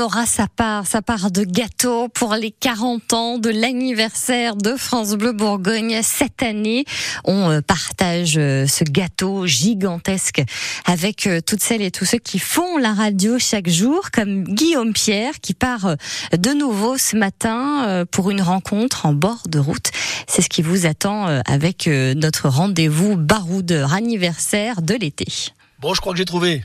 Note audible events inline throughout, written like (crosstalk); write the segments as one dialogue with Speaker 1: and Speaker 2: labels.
Speaker 1: aura sa part, sa part de gâteau pour les 40 ans de l'anniversaire de France Bleu Bourgogne. Cette année, on euh, partage euh, ce gâteau gigantesque avec euh, toutes celles et tous ceux qui font la radio chaque jour, comme Guillaume Pierre qui part euh, de nouveau ce matin euh, pour une rencontre en bord de route. C'est ce qui vous attend euh, avec notre rendez-vous baroudeur anniversaire de l'été.
Speaker 2: Bon, je crois que j'ai trouvé.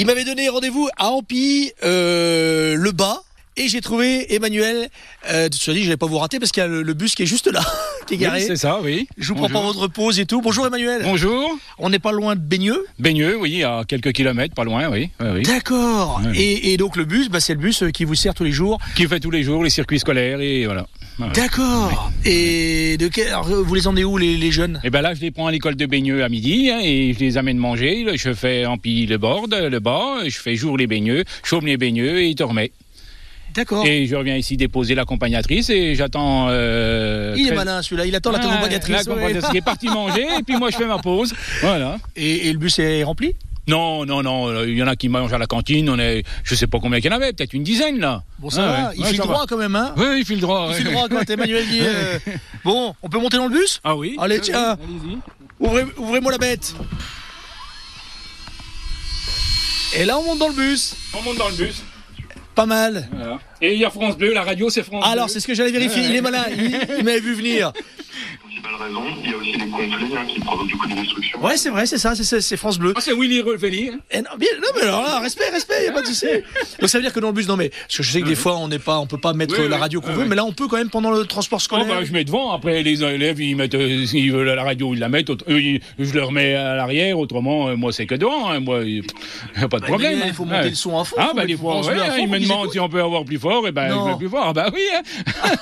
Speaker 2: Il m'avait donné rendez-vous à Ampy, euh, le bas. Et j'ai trouvé Emmanuel. Euh, tu te dis, je vais pas vous rater parce qu'il y a le, le, bus qui est juste là, (laughs) qui est garé.
Speaker 3: Oui, c'est ça, oui.
Speaker 2: Je vous Bonjour. prends pas votre pause et tout. Bonjour Emmanuel.
Speaker 3: Bonjour.
Speaker 2: On n'est pas loin de Baigneux.
Speaker 3: Baigneux, oui, à quelques kilomètres, pas loin, oui. oui, oui.
Speaker 2: D'accord. Oui, et, et, donc le bus, bah, c'est le bus qui vous sert tous les jours.
Speaker 3: Qui fait tous les jours les circuits scolaires et voilà.
Speaker 2: Ah, D'accord. Et de quel... Alors, vous les emmenez où les, les jeunes
Speaker 3: Eh ben là, je les prends à l'école de Baigneux à midi hein, et je les amène manger. Je fais empile le bord, le bas, je fais jour les baigneux, chaume les baigneux et ils dormaient.
Speaker 2: D'accord.
Speaker 3: Et je reviens ici déposer l'accompagnatrice et j'attends. Euh,
Speaker 2: il est 13... malin celui-là, il attend ah, l'accompagnatrice.
Speaker 3: L'accompagnatrice ouais. est
Speaker 2: (laughs)
Speaker 3: partie manger et puis moi je fais ma pause. Voilà.
Speaker 2: Et, et le bus est rempli
Speaker 3: non, non, non. euh, Il y en a qui mangent à la cantine. On est, je sais pas combien qu'il y en avait, peut-être une dizaine là.
Speaker 2: Bon, ça ah, va. Ouais. Il ouais, file droit va. quand même, hein
Speaker 3: Oui, il file droit.
Speaker 2: Il file droit quand hein, Emmanuel dit. Euh... Bon, on peut monter dans le bus
Speaker 3: Ah oui.
Speaker 2: Allez, tiens. Oui, Ouvrez, ouvrez-moi la bête. Et là, on monte dans le bus.
Speaker 3: On monte dans le bus
Speaker 2: pas mal.
Speaker 3: Voilà. Et il y a France Bleu, la radio c'est France
Speaker 2: Alors
Speaker 3: Bleu.
Speaker 2: c'est ce que j'allais vérifier, il est malin, il, il m'avait vu venir.
Speaker 4: raison, il y a aussi les conflits hein, qui provoquent du coup des destructions.
Speaker 2: Ouais, c'est vrai, c'est ça, c'est, c'est France Bleu.
Speaker 3: Ah, c'est Willy Revelli. Hein.
Speaker 2: Non, mais, non, mais alors là, respect, respect, il n'y a pas de souci. Donc ça veut dire que dans le bus, non mais, parce que je sais que des fois on n'est pas, on peut pas mettre oui, la radio qu'on oui, veut, oui. mais là on peut quand même pendant le transport scolaire.
Speaker 3: Oh, bah, je mets devant, après les élèves ils mettent, euh, s'ils veulent la radio, ils la mettent, eux, ils, je leur mets à l'arrière, autrement, euh, moi c'est que devant, hein, moi, il n'y a pas de bah, problème.
Speaker 2: Il faut monter ouais. le son à fond.
Speaker 3: Ah, bah des fois, ils me demandent si on peut avoir plus fort, et ben je vais plus fort. Ah, bah oui, hein.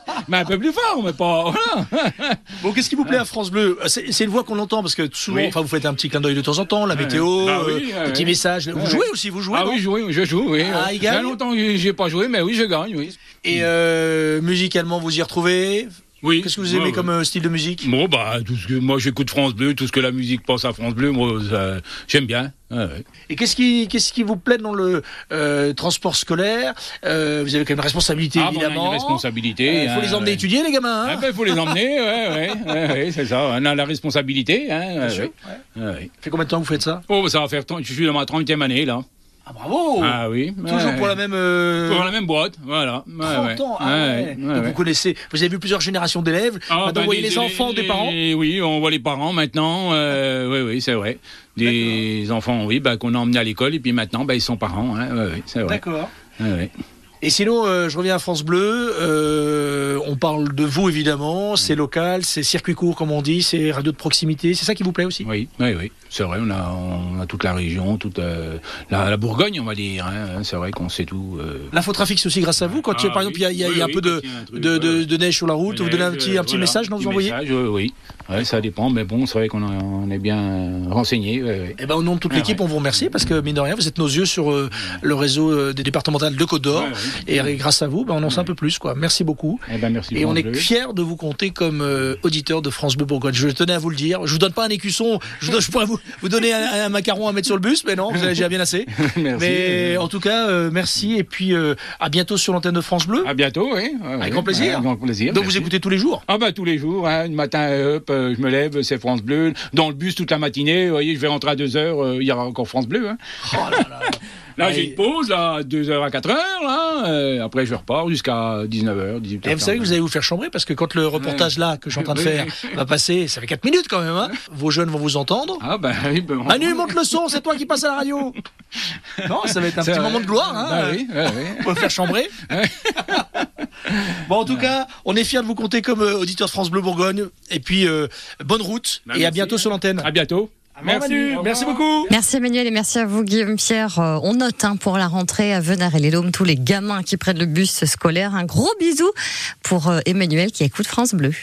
Speaker 3: (laughs) mais un peu plus fort, mais pas. Voilà.
Speaker 2: bon, qu'est-ce qui vous plaît à France Bleu c'est, c'est une voix qu'on entend parce que souvent, enfin, Ah. oui. vous faites un petit clin d'œil de temps en temps, la météo,
Speaker 3: bah oui,
Speaker 2: euh, petit oui. message. Vous jouez aussi, vous jouez
Speaker 3: Ah oui, je, je joue, oui.
Speaker 2: Ah, il gagne.
Speaker 3: Il y a longtemps que j'ai pas joué, mais oui, je gagne, oui.
Speaker 2: Et euh, musicalement, vous y retrouvez
Speaker 3: oui.
Speaker 2: Qu'est-ce que vous aimez ouais, comme euh, style de musique
Speaker 3: Bon, bah, tout ce que, moi j'écoute France Bleu, tout ce que la musique pense à France Bleu, moi ça, j'aime bien. Ouais, ouais.
Speaker 2: Et qu'est-ce qui, qu'est-ce qui vous plaît dans le euh, transport scolaire euh, Vous avez quand même une responsabilité, euh,
Speaker 3: ah,
Speaker 2: évidemment.
Speaker 3: On a une responsabilité.
Speaker 2: Il faut les emmener étudier, les gamins.
Speaker 3: Il hein ah, ben, faut les emmener, ouais, c'est ça. On a la responsabilité. Hein, bien sûr,
Speaker 2: ça fait combien de temps que vous faites ça
Speaker 3: Oh, ça va faire. T- je suis dans ma 30e année, là.
Speaker 2: Ah bravo
Speaker 3: Ah oui.
Speaker 2: Toujours ouais, pour la même. Euh...
Speaker 3: Pour la même boîte, voilà.
Speaker 2: 30 ouais, ans. Ouais. Ah Donc vous connaissez. Vous avez vu plusieurs générations d'élèves. Ah, maintenant, bah, vous voyez les, les enfants les, des parents.
Speaker 3: ben, Oui, on voit les parents maintenant. Euh, oui, oui, c'est vrai. Des D'accord. enfants, oui, bah, qu'on a emmenés à l'école et puis maintenant, bah, ils sont parents. Hein. oui, c'est vrai.
Speaker 2: D'accord. Et sinon, euh, je reviens à France Bleu. Euh, on parle de vous évidemment. C'est local, c'est circuit court comme on dit, c'est radio de proximité. C'est ça qui vous plaît aussi
Speaker 3: Oui, oui, oui. C'est vrai. On a, on a toute la région, toute euh, la, la, Bourgogne, on va dire. Hein. C'est vrai qu'on sait tout. euh.
Speaker 2: L'infotrafic, c'est aussi grâce à vous. Quand ah, tu, par oui, exemple, il y a, y a, oui, y a oui, un peu de, un truc, de, de, de, neige sur la route, vous donnez un petit, un petit voilà, message, non, vous envoyez
Speaker 3: message, Oui. Ouais, ça dépend, mais bon, c'est vrai qu'on a, on est bien renseigné. Ouais, ouais.
Speaker 2: Eh ben, au nom de toute l'équipe, on vous remercie parce que mine de rien, vous êtes nos yeux sur euh, le réseau euh, des départementales de Côte d'Or, et grâce à vous, ben, on en sait un peu plus. Quoi. Merci beaucoup.
Speaker 3: Eh ben, merci
Speaker 2: et on est (laughs) fiers de vous compter comme euh, auditeur de France Bleu Bourgogne. Je tenais à vous le dire. Je vous donne pas un écusson. Je, je pourrais vous, vous donner un, un, macaron à mettre sur le bus, mais non, vous avez déjà bien assez.
Speaker 3: (laughs) merci.
Speaker 2: Mais en tout cas, euh, merci et puis euh, à bientôt sur l'antenne de France Bleu.
Speaker 3: euh, À bientôt, oui.
Speaker 2: Avec grand plaisir.
Speaker 3: grand plaisir.
Speaker 2: Donc merci. vous écoutez tous les
Speaker 3: (laughs)
Speaker 2: jours.
Speaker 3: Ah bah tous les jours, hein, le matin. Up, je me lève, c'est France Bleu. Dans le bus toute la matinée, vous voyez, je vais rentrer à 2 heures, euh, il y aura encore France Bleu. Hein.
Speaker 2: Oh là, là.
Speaker 3: là ouais. j'ai une pause, là, 2h à 4h, là. Euh, après, je repars jusqu'à 19h, 18h.
Speaker 2: Et Eh, vous savez que vous allez vous faire chambrer parce que quand le reportage, là, que je suis en train de faire, va passer, ça fait 4 minutes quand même, hein. Vos jeunes vont vous entendre.
Speaker 3: Ah, bah oui, ben,
Speaker 2: Manu, monte le son, c'est toi qui passe à la
Speaker 3: (laughs)
Speaker 2: radio. non, ça va être un c'est petit vrai. moment de gloire, hein.
Speaker 3: Bah, oui, ouais, ouais.
Speaker 2: On va faire chambrer. (laughs) bon, en tout cas, on est fiers de vous compter comme euh, auditeur de France Bleu Bourgogne. Et puis, euh, bonne route bah, et merci. à bientôt sur l'antenne.
Speaker 3: À bientôt.
Speaker 2: Merci, merci beaucoup.
Speaker 1: Merci Emmanuel et merci à vous Guillaume Pierre. Euh, on note hein, pour la rentrée à Venard et les Lômes tous les gamins qui prennent le bus scolaire. Un gros bisou pour euh, Emmanuel qui écoute France Bleu.